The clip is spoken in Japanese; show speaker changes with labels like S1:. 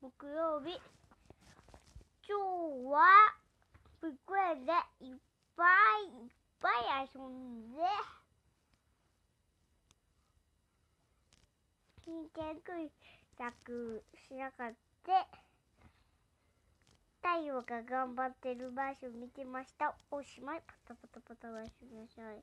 S1: 曜日今日はびっくりでいっぱいいっぱい遊んで緊急対策しなかった太陽が頑張ってる場所見てましたおしまいパタパタパタおやすみなさい